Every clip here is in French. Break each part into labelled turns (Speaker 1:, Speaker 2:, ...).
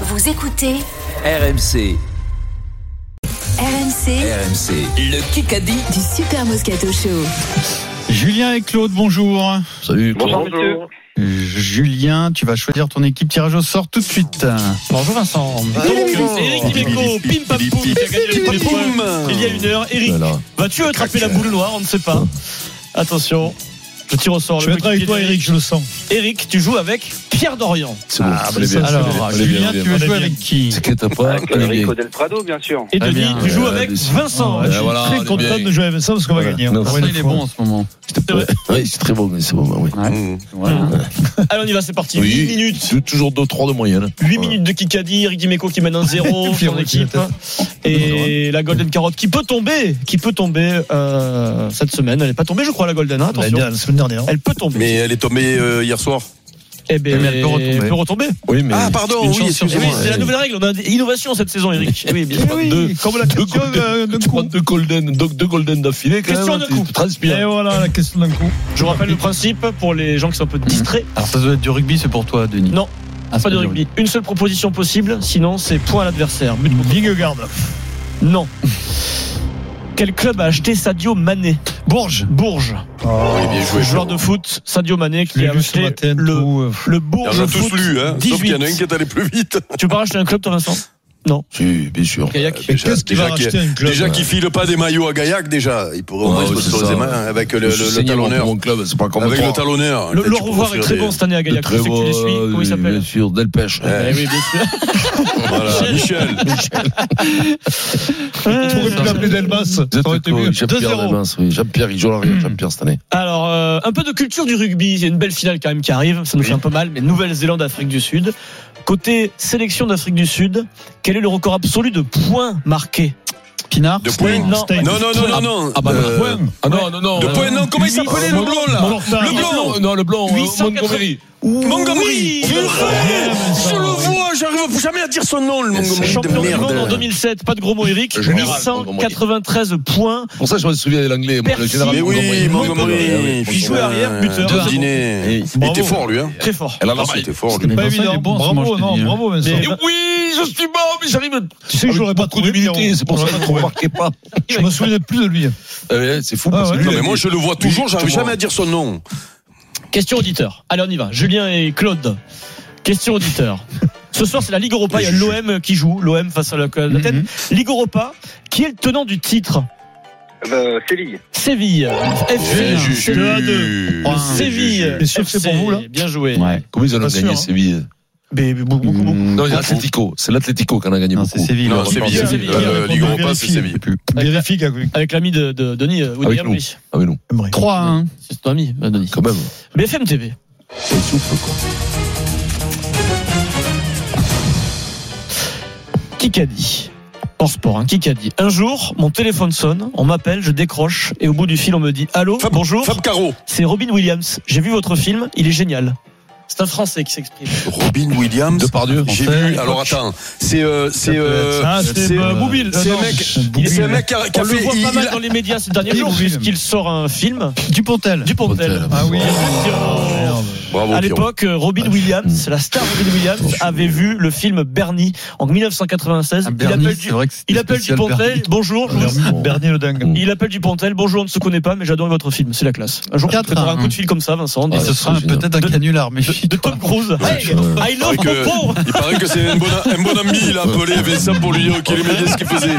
Speaker 1: Vous écoutez
Speaker 2: RMC,
Speaker 1: RMC
Speaker 2: RMC, le Kikadi.
Speaker 1: du Super Moscato Show.
Speaker 3: Julien et Claude, bonjour.
Speaker 4: Salut.
Speaker 5: Bonjour, monsieur.
Speaker 3: Julien, tu vas choisir ton équipe tirage au sort tout de suite. Bonjour Vincent.
Speaker 6: Donc, euh, Eric Dimeco, pim pam poum, qui a gagné le premier point il y a une heure. Eric,
Speaker 4: Voilà.
Speaker 6: vas-tu attraper la boule noire On ne sait pas. Attention, je tire au sort.
Speaker 3: Je
Speaker 6: le
Speaker 3: vais être avec
Speaker 6: petit
Speaker 3: toi,
Speaker 6: pied
Speaker 3: Eric, je le sens.
Speaker 6: d'Eric. Eric, tu joues avec Pierre Dorian.
Speaker 4: C'est bon,
Speaker 3: Ah,
Speaker 4: on est
Speaker 3: bah,
Speaker 4: bien.
Speaker 3: alors,
Speaker 4: on est bien, on est bien,
Speaker 3: Julien,
Speaker 4: on est
Speaker 3: tu vas
Speaker 4: bien.
Speaker 3: jouer avec qui
Speaker 4: T'inquiète pas,
Speaker 5: Avec
Speaker 4: on est
Speaker 5: Enrico
Speaker 4: bien.
Speaker 5: Del Prado, bien sûr.
Speaker 6: Et
Speaker 3: Très
Speaker 6: Denis,
Speaker 3: bien.
Speaker 6: tu joues
Speaker 4: Euh,
Speaker 6: avec
Speaker 4: allez-y.
Speaker 6: Vincent.
Speaker 4: Ouais,
Speaker 6: Je suis
Speaker 4: voilà, on
Speaker 6: très
Speaker 4: est
Speaker 6: content
Speaker 4: bien.
Speaker 6: de jouer avec Vincent parce qu'on va
Speaker 4: Voilà.
Speaker 6: gagner.
Speaker 4: Non,
Speaker 6: Encore
Speaker 4: c'est
Speaker 6: une
Speaker 3: Il est
Speaker 6: fois.
Speaker 3: bon en ce moment.
Speaker 4: Oui, c'est très bon, mais c'est bon, bah, oui.
Speaker 6: Allez, on y va, c'est parti.
Speaker 4: Oui,
Speaker 6: 8 minutes.
Speaker 4: c'est toujours 2-3 de moyenne.
Speaker 6: 8
Speaker 4: Voilà.
Speaker 6: minutes de Kikadi, Eric Dimeco qui mène 1-0 son
Speaker 3: Pierrot qui
Speaker 6: équipe.
Speaker 3: la
Speaker 6: Et la Golden Carotte qui peut tomber, qui peut tomber euh, cette semaine. Elle n'est pas tombée, je crois, la Golden, hein, attention.
Speaker 3: La semaine dernière.
Speaker 6: Elle peut tomber.
Speaker 7: Mais elle est tombée euh, hier soir.
Speaker 6: Eh ben,
Speaker 3: Mais elle peut retomber.
Speaker 6: Elle peut retomber.
Speaker 4: Oui, mais.
Speaker 7: Ah, pardon,
Speaker 4: une chance
Speaker 7: oui,
Speaker 6: Eh
Speaker 4: sur
Speaker 6: oui,
Speaker 7: excusez-moi.
Speaker 4: trois,
Speaker 6: c'est la
Speaker 4: ouais.
Speaker 6: nouvelle règle. On a des innovations cette saison, Eric. Eh oui, bien sûr. Deux.
Speaker 3: Comme la
Speaker 4: Deux
Speaker 3: question euh,
Speaker 4: golden,
Speaker 3: d'un
Speaker 4: tu prends
Speaker 3: coup.
Speaker 4: deux golden, donc deux golden d'affilée. quand
Speaker 6: Question
Speaker 4: même, hein,
Speaker 6: d'un
Speaker 4: tu-
Speaker 6: coup. Eh
Speaker 4: Tu
Speaker 3: Et
Speaker 4: transpires.
Speaker 3: voilà la question d'un coup.
Speaker 6: Je vous rappelle le principe pour les gens qui sont un peu distraits.
Speaker 3: Alors ça doit être du rugby, c'est pour toi, Denis.
Speaker 6: Non,
Speaker 3: Ah,
Speaker 6: Pas de rugby. Une seule proposition possible, sinon c'est point à l'adversaire. But contre-
Speaker 3: Vingegaard.
Speaker 6: Non. Quel club a acheté Sadio Mané Bourges. Bourges.
Speaker 7: Oui, Eh bien joué.
Speaker 6: Joueur de foot, Sadio Mané qui
Speaker 3: J'ai
Speaker 6: a
Speaker 3: lu ce
Speaker 6: acheté
Speaker 3: matin.
Speaker 6: le,
Speaker 3: tout, euh,
Speaker 6: le
Speaker 7: Et
Speaker 6: Bourges.
Speaker 7: On a
Speaker 6: Foot
Speaker 7: tous lu, hein. Sauf qu'il y en
Speaker 6: 18.
Speaker 7: a un qui est allé plus vite.
Speaker 6: Tu parles acheter un club, toi, Vincent
Speaker 4: Si, bien sûr.
Speaker 6: Gaillac.
Speaker 4: Euh,
Speaker 3: Mais
Speaker 7: Déjà-
Speaker 3: qu'est-ce qu'il va
Speaker 7: déjà qu'il-
Speaker 3: racheter un club
Speaker 6: euh
Speaker 7: Déjà qu'ils filent pas des maillots à Gaillac, déjà. Ils pourraient au moins
Speaker 4: Ah,
Speaker 7: se
Speaker 4: oui, c'est ça.
Speaker 7: sponsoriser main avec le,
Speaker 4: je
Speaker 7: le-
Speaker 4: suis
Speaker 7: le
Speaker 4: saignant pour
Speaker 7: talonneur.
Speaker 4: Mon club, c'est pas comme
Speaker 7: Avec
Speaker 4: toi.
Speaker 7: le talonneur.
Speaker 6: Le,
Speaker 7: Peut-être
Speaker 6: le
Speaker 7: tu peux
Speaker 6: revoir est
Speaker 7: offrir
Speaker 6: très
Speaker 7: des-
Speaker 6: bon cette année à
Speaker 4: De euh,
Speaker 6: Gaillac. Je sais que tu les suis. Comment il
Speaker 4: Bien
Speaker 6: s'appelle Hein
Speaker 4: sûr, Delpech.
Speaker 7: Ouais.
Speaker 6: Eh oui, bien sûr.
Speaker 7: Voilà, Michel.
Speaker 3: T'aurais pu l'appeler Delmas. Ça
Speaker 4: Vous êtes
Speaker 3: aurait été
Speaker 4: con,
Speaker 3: mieux. Hmm.
Speaker 4: Jean-Pierre
Speaker 3: 2-0.
Speaker 4: Delmas, oui. Jean-Pierre, il joue à rien, Jean-Pierre cette année.
Speaker 6: Alors, euh, un peu de culture du rugby. Il y a une belle finale quand même qui arrive. Ça nous fait un peu mal, mais Nouvelle-Zélande, Afrique du Sud. Côté sélection d'Afrique du Sud, quel est le record absolu de points marqués
Speaker 3: Pinard.
Speaker 7: De points.
Speaker 6: Non. bah,
Speaker 7: Non, non, non, non, non.
Speaker 3: bah,
Speaker 7: Euh,
Speaker 4: Ah non, non, non.
Speaker 7: De points, non. Comment il
Speaker 6: Huit-
Speaker 7: s'appelait le blond, là Le blond
Speaker 4: Non, le blanc, euh,
Speaker 6: 880.
Speaker 4: Montgomery.
Speaker 6: Oui,
Speaker 7: Montgomery Je le vois, Je le vois J'arrive jamais à dire son nom, le Montgomery de
Speaker 6: Champion du monde en
Speaker 7: merde.
Speaker 6: 2007, pas de gros mots Eric,
Speaker 4: Général,
Speaker 6: 893 points.
Speaker 4: Pour ça, je me souviens de l'anglais, moi, le
Speaker 6: Merci.
Speaker 4: général Ah
Speaker 7: Mais oui, Montgomery
Speaker 4: Montgomery.
Speaker 6: Il jouait arrière, buteur.
Speaker 7: Deux
Speaker 6: Deux.
Speaker 7: dîners. Il était fort, lui, hein.
Speaker 6: Très fort.
Speaker 4: Elle a
Speaker 7: Ah,
Speaker 4: la
Speaker 7: C'était fort, lui.
Speaker 3: Mais
Speaker 6: Pas
Speaker 3: Vincent, il est
Speaker 6: évident.
Speaker 3: bon, en ce moment, je
Speaker 6: Bravo,
Speaker 3: te
Speaker 6: non,
Speaker 3: dis, hein.
Speaker 6: bravo Vincent.
Speaker 4: Et oui, je suis mort, mais j'arrive.
Speaker 3: Tu sais que j'aurais pas
Speaker 4: Beaucoup
Speaker 3: trouvé
Speaker 4: d'humilité, c'est pour ça que je ne remarquais pas.
Speaker 3: Je me souviens plus de lui.
Speaker 4: Euh, C'est fou
Speaker 3: Ah
Speaker 4: parce que
Speaker 3: ouais.
Speaker 4: lui,
Speaker 7: Non, mais
Speaker 4: il
Speaker 7: moi, je le vois toujours, j'arrive jamais à dire son nom.
Speaker 6: Question auditeur. Allez, on y va. Julien et Claude. Question auditeur. Ce soir, c'est la Ligue Europa. Il y a l'OM qui joue. L'OM face à la Athènes.
Speaker 3: Mhm.
Speaker 6: Ligue Europa. Qui est le tenant du titre
Speaker 5: Euh, Céline.
Speaker 6: Séville. FC.
Speaker 7: Eh, Juju.
Speaker 6: 2 à 2.
Speaker 3: Ah,
Speaker 6: Séville.
Speaker 3: T'es sûr que c'est
Speaker 6: FC.
Speaker 3: pour vous, là
Speaker 6: Bien joué.
Speaker 4: Comment ils en ont
Speaker 3: Pas sûr, hein.
Speaker 4: gagné Séville
Speaker 3: Mais beaucoup,
Speaker 4: Non, c'est
Speaker 7: beaucoup.
Speaker 4: l'Atlético. C'est l'Atlético qu'on a gagné
Speaker 3: Non,
Speaker 4: beaucoup.
Speaker 3: c'est Séville.
Speaker 7: Non,
Speaker 4: Non,
Speaker 7: Séville.
Speaker 4: non,
Speaker 6: Séville.
Speaker 7: Euh, Ligue Europa, c'est Séville.
Speaker 3: Vérifie, Gagu.
Speaker 6: Avec l'ami de, de Denis euh, William.
Speaker 4: nous.
Speaker 6: oui.
Speaker 4: Ah oui, non,
Speaker 3: 3 1.
Speaker 6: C'est ton ami, euh, Denis.
Speaker 4: quand même.
Speaker 6: BFM TV.
Speaker 4: Il souffle, quoi.
Speaker 6: Kikadi. Hors sport, hein, Kikadi. Un jour, mon téléphone sonne, on m'appelle, je décroche, et au bout du fil, on me dit Allô,
Speaker 7: Fab-
Speaker 6: bonjour.
Speaker 7: Fab Caro.
Speaker 6: C'est Robin Williams. J'ai vu votre film, il est génial. C'est un Français qui s'exprime.
Speaker 7: Robin Williams.
Speaker 4: Depardieu.
Speaker 7: J'ai
Speaker 3: Français.
Speaker 7: vu. Alors attends, c'est euh, c'est euh,
Speaker 3: Ah,
Speaker 7: c'est,
Speaker 3: euh,
Speaker 7: euh,
Speaker 3: Boubil.
Speaker 7: c'est
Speaker 3: Ah,
Speaker 7: un
Speaker 3: non,
Speaker 7: mec-
Speaker 3: Boubil.
Speaker 7: c'est un mec qui a, qui
Speaker 6: On
Speaker 7: a
Speaker 6: le
Speaker 7: fait.
Speaker 6: voit
Speaker 7: il-
Speaker 6: pas mal
Speaker 7: il-
Speaker 6: dans les médias ces derniers
Speaker 3: Il-
Speaker 6: jours,
Speaker 3: Boubil.
Speaker 6: puisqu'il sort un film,
Speaker 3: Dupontel. Oh, bah,
Speaker 6: Dupontel.
Speaker 3: Ah oui.
Speaker 7: Bravo.
Speaker 6: À
Speaker 7: Pierrot.
Speaker 6: l'époque, euh, Robin Williams, la star Robin Williams, avait vu le film Bernie en 1996.
Speaker 3: Ah,
Speaker 6: Il
Speaker 3: Bernie,
Speaker 6: appelle,
Speaker 3: c'est
Speaker 6: du,
Speaker 3: vrai que c'était
Speaker 6: il appelle
Speaker 3: spécial,
Speaker 6: Dupontel,
Speaker 3: Bernie.
Speaker 6: bonjour. je vous-
Speaker 3: Bernie- Bernier le dingue.
Speaker 6: Il appelle Dupontel, bonjour, on ne se connaît pas, mais j'adore votre film, c'est la classe. Un jour, tu
Speaker 3: Quatre,
Speaker 6: prendras un
Speaker 3: hein.
Speaker 6: coup de fil comme Oh, ça, Vincent.
Speaker 3: Et
Speaker 6: des-
Speaker 3: ce sera un-
Speaker 4: génial.
Speaker 3: peut-être un
Speaker 6: De-
Speaker 3: canular, mais
Speaker 6: de, de Tom Cruise. Hey, I love
Speaker 7: Il paraît que-
Speaker 6: Popo.
Speaker 7: Il paraît que c'est un bon, un bon ami, il a appelé Vincent pour lui dire qu'il aimait bien ce qu'il faisait.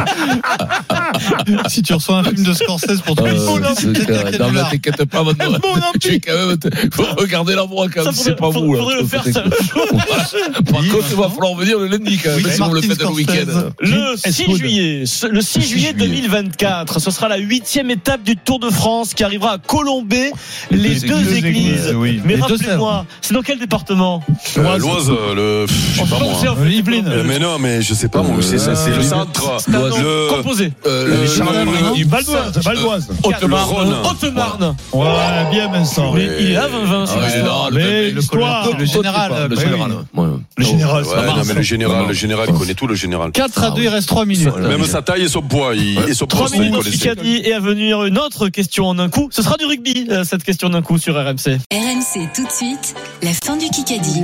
Speaker 3: si tu reçois un film de Scorsese pour toi,
Speaker 4: Euh,
Speaker 3: c'est
Speaker 4: c'est
Speaker 3: peut-être un
Speaker 4: que- Non, mais
Speaker 3: canular.
Speaker 4: t'inquiète pas, maintenant.
Speaker 6: Un bon
Speaker 4: Je suis quand même. Faut regarder l'endroit quand
Speaker 6: Ça,
Speaker 4: même.
Speaker 6: faudrait-
Speaker 4: C'est pas vous, hein, là.
Speaker 6: faudrait le faire, ça.
Speaker 4: Par contre, il va falloir venir le lundi quand même.
Speaker 3: Oui,
Speaker 4: si vous le
Speaker 3: Martin
Speaker 4: faites le week-end.
Speaker 3: Scorsese.
Speaker 6: Le
Speaker 3: Clint
Speaker 6: 6
Speaker 3: Eastwood.
Speaker 6: juillet, ce- le 6 juillet 2024, ce sera la huitième étape du Tour de France qui arrivera à Colombay, les
Speaker 3: deux
Speaker 6: deux
Speaker 3: églises,
Speaker 6: églises.
Speaker 3: oui.
Speaker 6: Mais
Speaker 3: Les deux
Speaker 6: rappelez-moi, c'est dans quel département
Speaker 7: Euh, L'Oise, euh, le. pff, Je sais pas moi.
Speaker 6: en fait.
Speaker 3: Yvelines.
Speaker 7: Euh, Mais non, mais je sais pas, moi, c'est ça, c'est le centre.
Speaker 6: C'est un nom
Speaker 7: Le-
Speaker 6: composé.
Speaker 4: Euh,
Speaker 7: Le-
Speaker 4: le-
Speaker 7: Charles-
Speaker 4: le- il-
Speaker 3: Euh, Baldoise, Baldoise.
Speaker 7: Le Rhône.
Speaker 6: Haute-Marne.
Speaker 3: Ouais, bien, Vincent.
Speaker 6: Mais Il est là, 20
Speaker 4: Ah ouais, mais non, le
Speaker 6: Mais
Speaker 4: mec,
Speaker 3: Le colère,
Speaker 6: l'histoire.
Speaker 3: le général.
Speaker 4: Le
Speaker 3: bah
Speaker 4: général.
Speaker 3: oui.
Speaker 4: ouais.
Speaker 6: Le général,
Speaker 7: Ouais,
Speaker 6: ça
Speaker 7: non,
Speaker 6: marche.
Speaker 7: mais le général, le général, il connaît tout, le général.
Speaker 3: 4 à 2, il reste 3 minutes.
Speaker 7: Même sa taille et son poids, il, et son
Speaker 6: 3
Speaker 7: poids, il
Speaker 6: minutes en
Speaker 7: connaissait.
Speaker 6: Kikadi et à venir une autre question en un coup. Ce sera du rugby, euh, cette question d'un coup sur RMC.
Speaker 1: RMC tout de suite, la fin du Kikadi.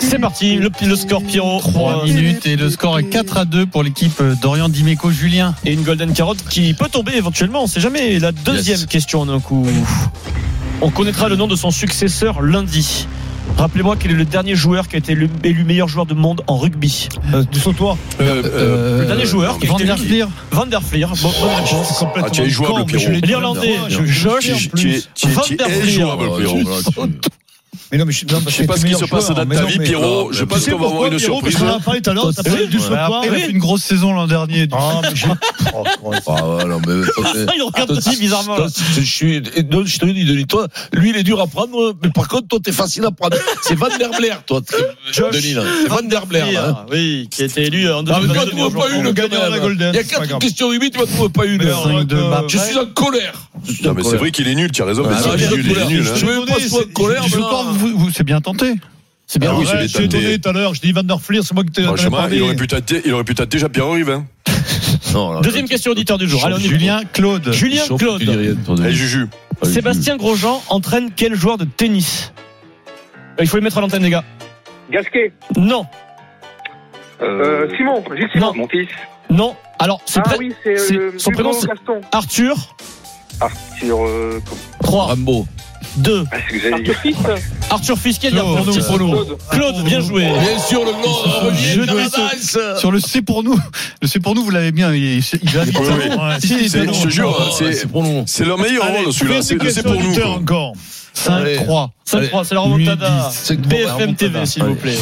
Speaker 6: C'est parti, le, le score Pierrot.
Speaker 3: 3
Speaker 6: Euh,
Speaker 3: minutes et le score est 4 à 2 pour l'équipe d'Orient Dimeco Julien.
Speaker 6: Et une Golden Carotte qui peut tomber éventuellement, on sait jamais. Et la deuxième
Speaker 4: Yes.
Speaker 6: question en un coup. On connaîtra le nom de son successeur lundi. Rappelez-moi quel est le dernier joueur qui a été élu- élu meilleur joueur du monde en rugby. Euh, du son toi.
Speaker 7: Euh, euh,
Speaker 6: Le dernier joueur qui
Speaker 3: Van
Speaker 6: était
Speaker 3: der
Speaker 6: lui.
Speaker 3: Veer.
Speaker 6: Van der Vlier. Bon, bonne réponse.
Speaker 7: Ah, tu es jouable,
Speaker 3: mais je
Speaker 7: Pierrot.
Speaker 3: l'ai dit
Speaker 6: L'Irlandais,
Speaker 3: la
Speaker 6: je
Speaker 3: dernière fois.
Speaker 6: joche.
Speaker 7: Tu- tu es- tu es- tu
Speaker 6: Van der
Speaker 7: es
Speaker 6: Vlier.
Speaker 4: euh,
Speaker 7: jouable, Pierrot.
Speaker 8: Mais non, mais je, non, parce
Speaker 7: Je
Speaker 8: que
Speaker 7: sais pas
Speaker 8: t'es
Speaker 7: ce qui se
Speaker 8: meilleur
Speaker 7: passe
Speaker 8: joueur,
Speaker 7: dans
Speaker 8: mais
Speaker 7: ta
Speaker 8: non,
Speaker 7: vie,
Speaker 8: mais-
Speaker 7: Pierrot. Je pense
Speaker 8: Tu sais
Speaker 7: qu'on va avoir
Speaker 8: pourquoi,
Speaker 7: une
Speaker 8: Pierrot,
Speaker 7: surprise.
Speaker 8: Parce qu'on en a parlé tout à l'heure, t'as
Speaker 6: Toi,
Speaker 8: parlé du
Speaker 6: ouais,
Speaker 8: soir.
Speaker 3: Après, il a fait une grosse saison l'an dernier. donc.
Speaker 8: Ah, mais j'ai- oh, Christ.
Speaker 4: Ah, ouais, non, mais.
Speaker 6: Ah, Il regarde aussi bizarrement.
Speaker 4: Toi, c'est- Je suis, et non, je te le dis, Denis, toi, lui, il est dur à prendre, mais par contre, toi, t'es facile à prendre. C'est Van der Blair, toi.
Speaker 6: Josh
Speaker 4: Denis, là. C'est Van der Blair, là. hein.
Speaker 6: Oui, qui a été élu euh, en
Speaker 4: Ah, mais toi,
Speaker 6: 2022.
Speaker 4: tu ne vois pas
Speaker 8: on
Speaker 4: une, le
Speaker 8: gagne
Speaker 4: gagnant.
Speaker 8: la Golden,
Speaker 4: Il y a
Speaker 8: c'est pas
Speaker 4: quatre
Speaker 8: grave.
Speaker 4: questions limites, tu ne trouves pas une.
Speaker 8: Mais
Speaker 4: hein.
Speaker 8: alors,
Speaker 3: 5-2,
Speaker 8: euh,
Speaker 3: Mbappé.
Speaker 4: Je suis en colère. Je suis
Speaker 7: Non,
Speaker 4: en
Speaker 7: mais c'est
Speaker 4: colère.
Speaker 7: vrai qu'il est nul, tu as raison.
Speaker 4: Ah,
Speaker 7: mais
Speaker 4: non,
Speaker 7: c'est
Speaker 4: je
Speaker 7: nul,
Speaker 4: suis en
Speaker 7: il est
Speaker 4: colère.
Speaker 7: nul. hein.
Speaker 4: Je ne veux pas
Speaker 8: Je-
Speaker 4: soit en colère,
Speaker 3: Je
Speaker 4: mais
Speaker 3: pense
Speaker 4: non.
Speaker 3: que vous, vous- c'est bien tenté.
Speaker 6: C'est
Speaker 7: Ah
Speaker 6: bien.
Speaker 8: Ouais,
Speaker 7: oui, c'est
Speaker 8: je suis
Speaker 7: étonné.
Speaker 8: étonné tout à l'heure, je dis Van der Fleer, c'est moi qui t'ai t'en ai
Speaker 7: Franchement,
Speaker 8: parlé.
Speaker 7: il aurait pu tâter, il aurait pu tâter hein. Jean-Pierre Rive.
Speaker 4: Non, là,
Speaker 6: Deuxième question auditeur du jour. Allez, on y va.
Speaker 3: Julien Claude.
Speaker 6: Julien
Speaker 4: Chauffe, tu dis
Speaker 6: Claude.
Speaker 4: rien, toi,
Speaker 7: Eh,
Speaker 4: Denis.
Speaker 7: Juju.
Speaker 4: Allez,
Speaker 6: Sébastien Grosjean entraîne quel joueur de tennis Il faut le mettre à l'antenne, les gars.
Speaker 5: Gasquet.
Speaker 6: Non,
Speaker 5: Euh, Simon, Gilles Simon.
Speaker 6: Non.
Speaker 5: Mon fils.
Speaker 6: non. Alors, c'est
Speaker 5: Ah
Speaker 6: prêt.
Speaker 5: oui, c'est
Speaker 6: c'est-
Speaker 5: euh,
Speaker 6: son
Speaker 5: Hugo
Speaker 6: prénom, c'est-
Speaker 5: Gaston.
Speaker 6: Arthur,
Speaker 5: Sur. Euh,
Speaker 6: 3,
Speaker 4: Rambo.
Speaker 6: 2.
Speaker 5: ah, c'est que j'allais dire.
Speaker 6: Arthur Fisquet,
Speaker 3: Claude,
Speaker 6: Arthur Fisquet.
Speaker 3: pour nous.
Speaker 6: Claude, bien joué.
Speaker 4: Bien sûr, le Nord
Speaker 3: Je
Speaker 4: revient dans
Speaker 3: dois
Speaker 4: la
Speaker 3: sauter.
Speaker 4: danse.
Speaker 3: Sur le C pour nous, le C pour nous, vous l'avez bien. Il, il a dit
Speaker 7: Oui, oui.
Speaker 3: Si, si, il
Speaker 7: C'est-
Speaker 3: est
Speaker 7: Je te
Speaker 3: bon.
Speaker 7: jure,
Speaker 4: Oh,
Speaker 7: c'est-
Speaker 4: c'est pour nous.
Speaker 7: c'est leur meilleur
Speaker 8: Allez,
Speaker 7: rôle, celui-là.
Speaker 8: fais
Speaker 7: C'est
Speaker 8: des questions
Speaker 7: c'est pour nous.
Speaker 8: auditeurs
Speaker 7: quoi.
Speaker 8: encore.
Speaker 3: 5-3.
Speaker 6: 5-3, c'est la
Speaker 3: Allez.
Speaker 6: remontada.
Speaker 4: 5-3, la
Speaker 6: BFM
Speaker 4: remontada.
Speaker 6: TV, s'il vous
Speaker 4: Allez.
Speaker 6: plaît.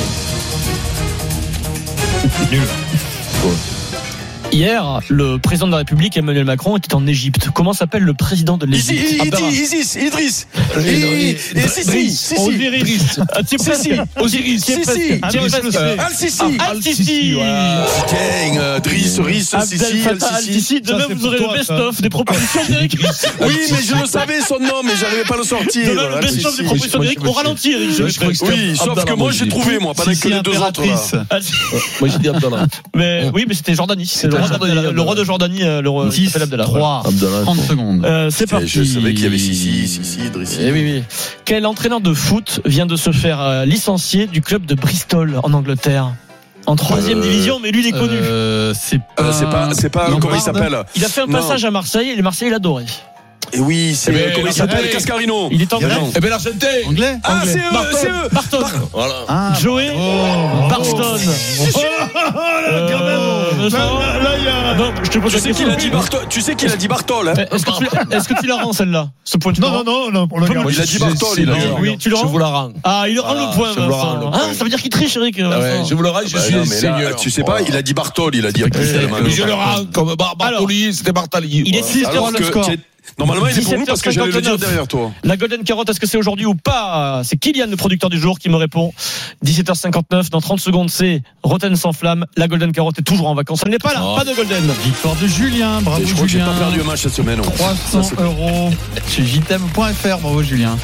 Speaker 6: Hier, le président de la République, Emmanuel Macron, était en Égypte. Comment s'appelle le président de
Speaker 7: Ici,
Speaker 6: l'Égypte Ah,
Speaker 7: Idi-
Speaker 6: Abdallah.
Speaker 7: Isis, Idriss.
Speaker 4: Allez,
Speaker 7: Et- et- Sissi, Sissi.
Speaker 6: Osiris. Ah, t'y es presque. Osiris. t'y es
Speaker 7: Si,
Speaker 6: presque.
Speaker 7: si.
Speaker 6: T'y es
Speaker 8: Ah, mais je
Speaker 6: presque. ah,
Speaker 8: le
Speaker 7: euh,
Speaker 8: sais.
Speaker 7: Al-Sissi.
Speaker 6: Al-Sisi.
Speaker 7: King, euh, Driss, Riss,
Speaker 6: ah. Abdel
Speaker 7: Sissi,
Speaker 6: Fattah Ah,
Speaker 7: Al-Sissi.
Speaker 6: ben, Al-Sisi. Demain,
Speaker 8: Ça, c'est
Speaker 6: vous aurez
Speaker 8: pour
Speaker 6: le
Speaker 8: toi, ça.
Speaker 6: best-of des propositions d'Eric.
Speaker 7: Oui, mais je le savais son nom, mais j'arrivais pas à le sortir.
Speaker 6: Demain, le best-of des
Speaker 7: Al-Sissi.
Speaker 6: propositions d'Eric au ralenti, Eric. je
Speaker 4: Ouais,
Speaker 6: le
Speaker 4: je crois que
Speaker 6: précise.
Speaker 4: c'était
Speaker 7: Oui, sauf que
Speaker 4: Abdallah,
Speaker 7: moi
Speaker 4: j'ai
Speaker 7: j'ai
Speaker 4: dit.
Speaker 7: trouvé, moi, pendant que les deux autres. là.
Speaker 3: impératrice.
Speaker 4: Moi, j'ai dit Abdallah.
Speaker 6: Mais oui, mais c'était Jordanie. C'est le,
Speaker 4: C'était
Speaker 6: roi
Speaker 4: Jordanie,
Speaker 6: d'Abdallah. le roi de Jordanie, euh, le roi
Speaker 3: 10,
Speaker 6: s'appelle Abdallah.
Speaker 3: 3,
Speaker 4: Abdallah,
Speaker 3: 30
Speaker 4: quoi.
Speaker 3: secondes.
Speaker 6: Euh, c'est
Speaker 7: Et
Speaker 6: parti.
Speaker 7: Eh, Je savais qu'il y avait Sissi, Sissi, Idriss.
Speaker 6: Eh oui, oui. Quel entraîneur de foot vient de se faire euh, licencier du club de Bristol en Angleterre En troisième
Speaker 7: Euh,
Speaker 6: division, mais lui il est connu.
Speaker 3: Euh, c'est
Speaker 7: Euh,
Speaker 3: pas.
Speaker 7: C'est pas, c'est pas,
Speaker 3: Lombard.
Speaker 7: comment il s'appelle
Speaker 6: il a fait un
Speaker 7: non.
Speaker 6: passage à Marseille et les Marseillais l'adoraient.
Speaker 7: Et oui, c'est,
Speaker 4: Eh ben,
Speaker 7: comment il s'appelle
Speaker 4: Marseille.
Speaker 7: Cascarino.
Speaker 6: Il est en
Speaker 7: Il y a
Speaker 6: grec.
Speaker 7: non.
Speaker 4: Eh bien, la santé
Speaker 3: Anglais
Speaker 7: Ah,
Speaker 3: Anglais.
Speaker 7: c'est eux,
Speaker 6: Barton,
Speaker 7: c'est eux.
Speaker 6: Barton,
Speaker 4: Voilà.
Speaker 3: Ah,
Speaker 6: Joey,
Speaker 3: bravo.
Speaker 6: Barston.
Speaker 8: là, quand même.
Speaker 6: Euh,
Speaker 8: Là, là, il y a-
Speaker 6: Non, je te pose
Speaker 7: Tu
Speaker 6: la
Speaker 7: sais qu'il a dit
Speaker 6: question.
Speaker 7: Bartol, tu sais qu'il a dit Bartol, hein
Speaker 6: Est-ce que, tu- est-ce que tu la rends celle-là Ce point tu la
Speaker 8: Non,
Speaker 6: rends
Speaker 8: non, non, non, on le garde.
Speaker 7: Il a dit Bartol, il a dit.
Speaker 6: non, oui, tu le
Speaker 4: Je
Speaker 6: rends
Speaker 4: vous la rends.
Speaker 6: Ah, il leur rend
Speaker 4: Voilà,
Speaker 6: le point,
Speaker 4: je vous le rends,
Speaker 6: Vincent.
Speaker 4: le
Speaker 6: Ah,
Speaker 4: point.
Speaker 6: ça veut dire qu'il triche, Eric.
Speaker 4: Ah ouais,
Speaker 6: Vincent.
Speaker 4: je vous le rends, je
Speaker 7: Bah
Speaker 4: suis
Speaker 7: non,
Speaker 4: le
Speaker 7: mais là,
Speaker 4: seigneur.
Speaker 7: tu sais pas,
Speaker 4: Voilà.
Speaker 7: il a dit Bartol, il a dit.
Speaker 4: Eh, mais Je le rends comme Bar-
Speaker 6: Alors,
Speaker 4: Bartoli, c'était Bartali.
Speaker 6: Il est
Speaker 4: Voilà.
Speaker 6: 6
Speaker 7: Alors
Speaker 3: le
Speaker 7: que
Speaker 3: score.
Speaker 7: tu es- normalement il est pour nous parce que j'allais le dire
Speaker 6: 17h59.
Speaker 7: derrière toi.
Speaker 6: La Golden Carotte, est-ce que c'est aujourd'hui ou pas C'est Kylian, le producteur du jour, qui me répond. 17h59, dans 30 secondes, c'est Rotten sans flamme. La Golden Carotte est toujours en vacances. Elle n'est pas là,
Speaker 4: Oh.
Speaker 6: pas de Golden.
Speaker 3: Victoire de Ah, Julien. Bravo
Speaker 7: Et je crois que j'ai
Speaker 3: Julien.
Speaker 7: pas perdu un match cette semaine. Ça,
Speaker 3: 300
Speaker 7: c'est-
Speaker 3: euros chez jtem.fr. Bravo Julien.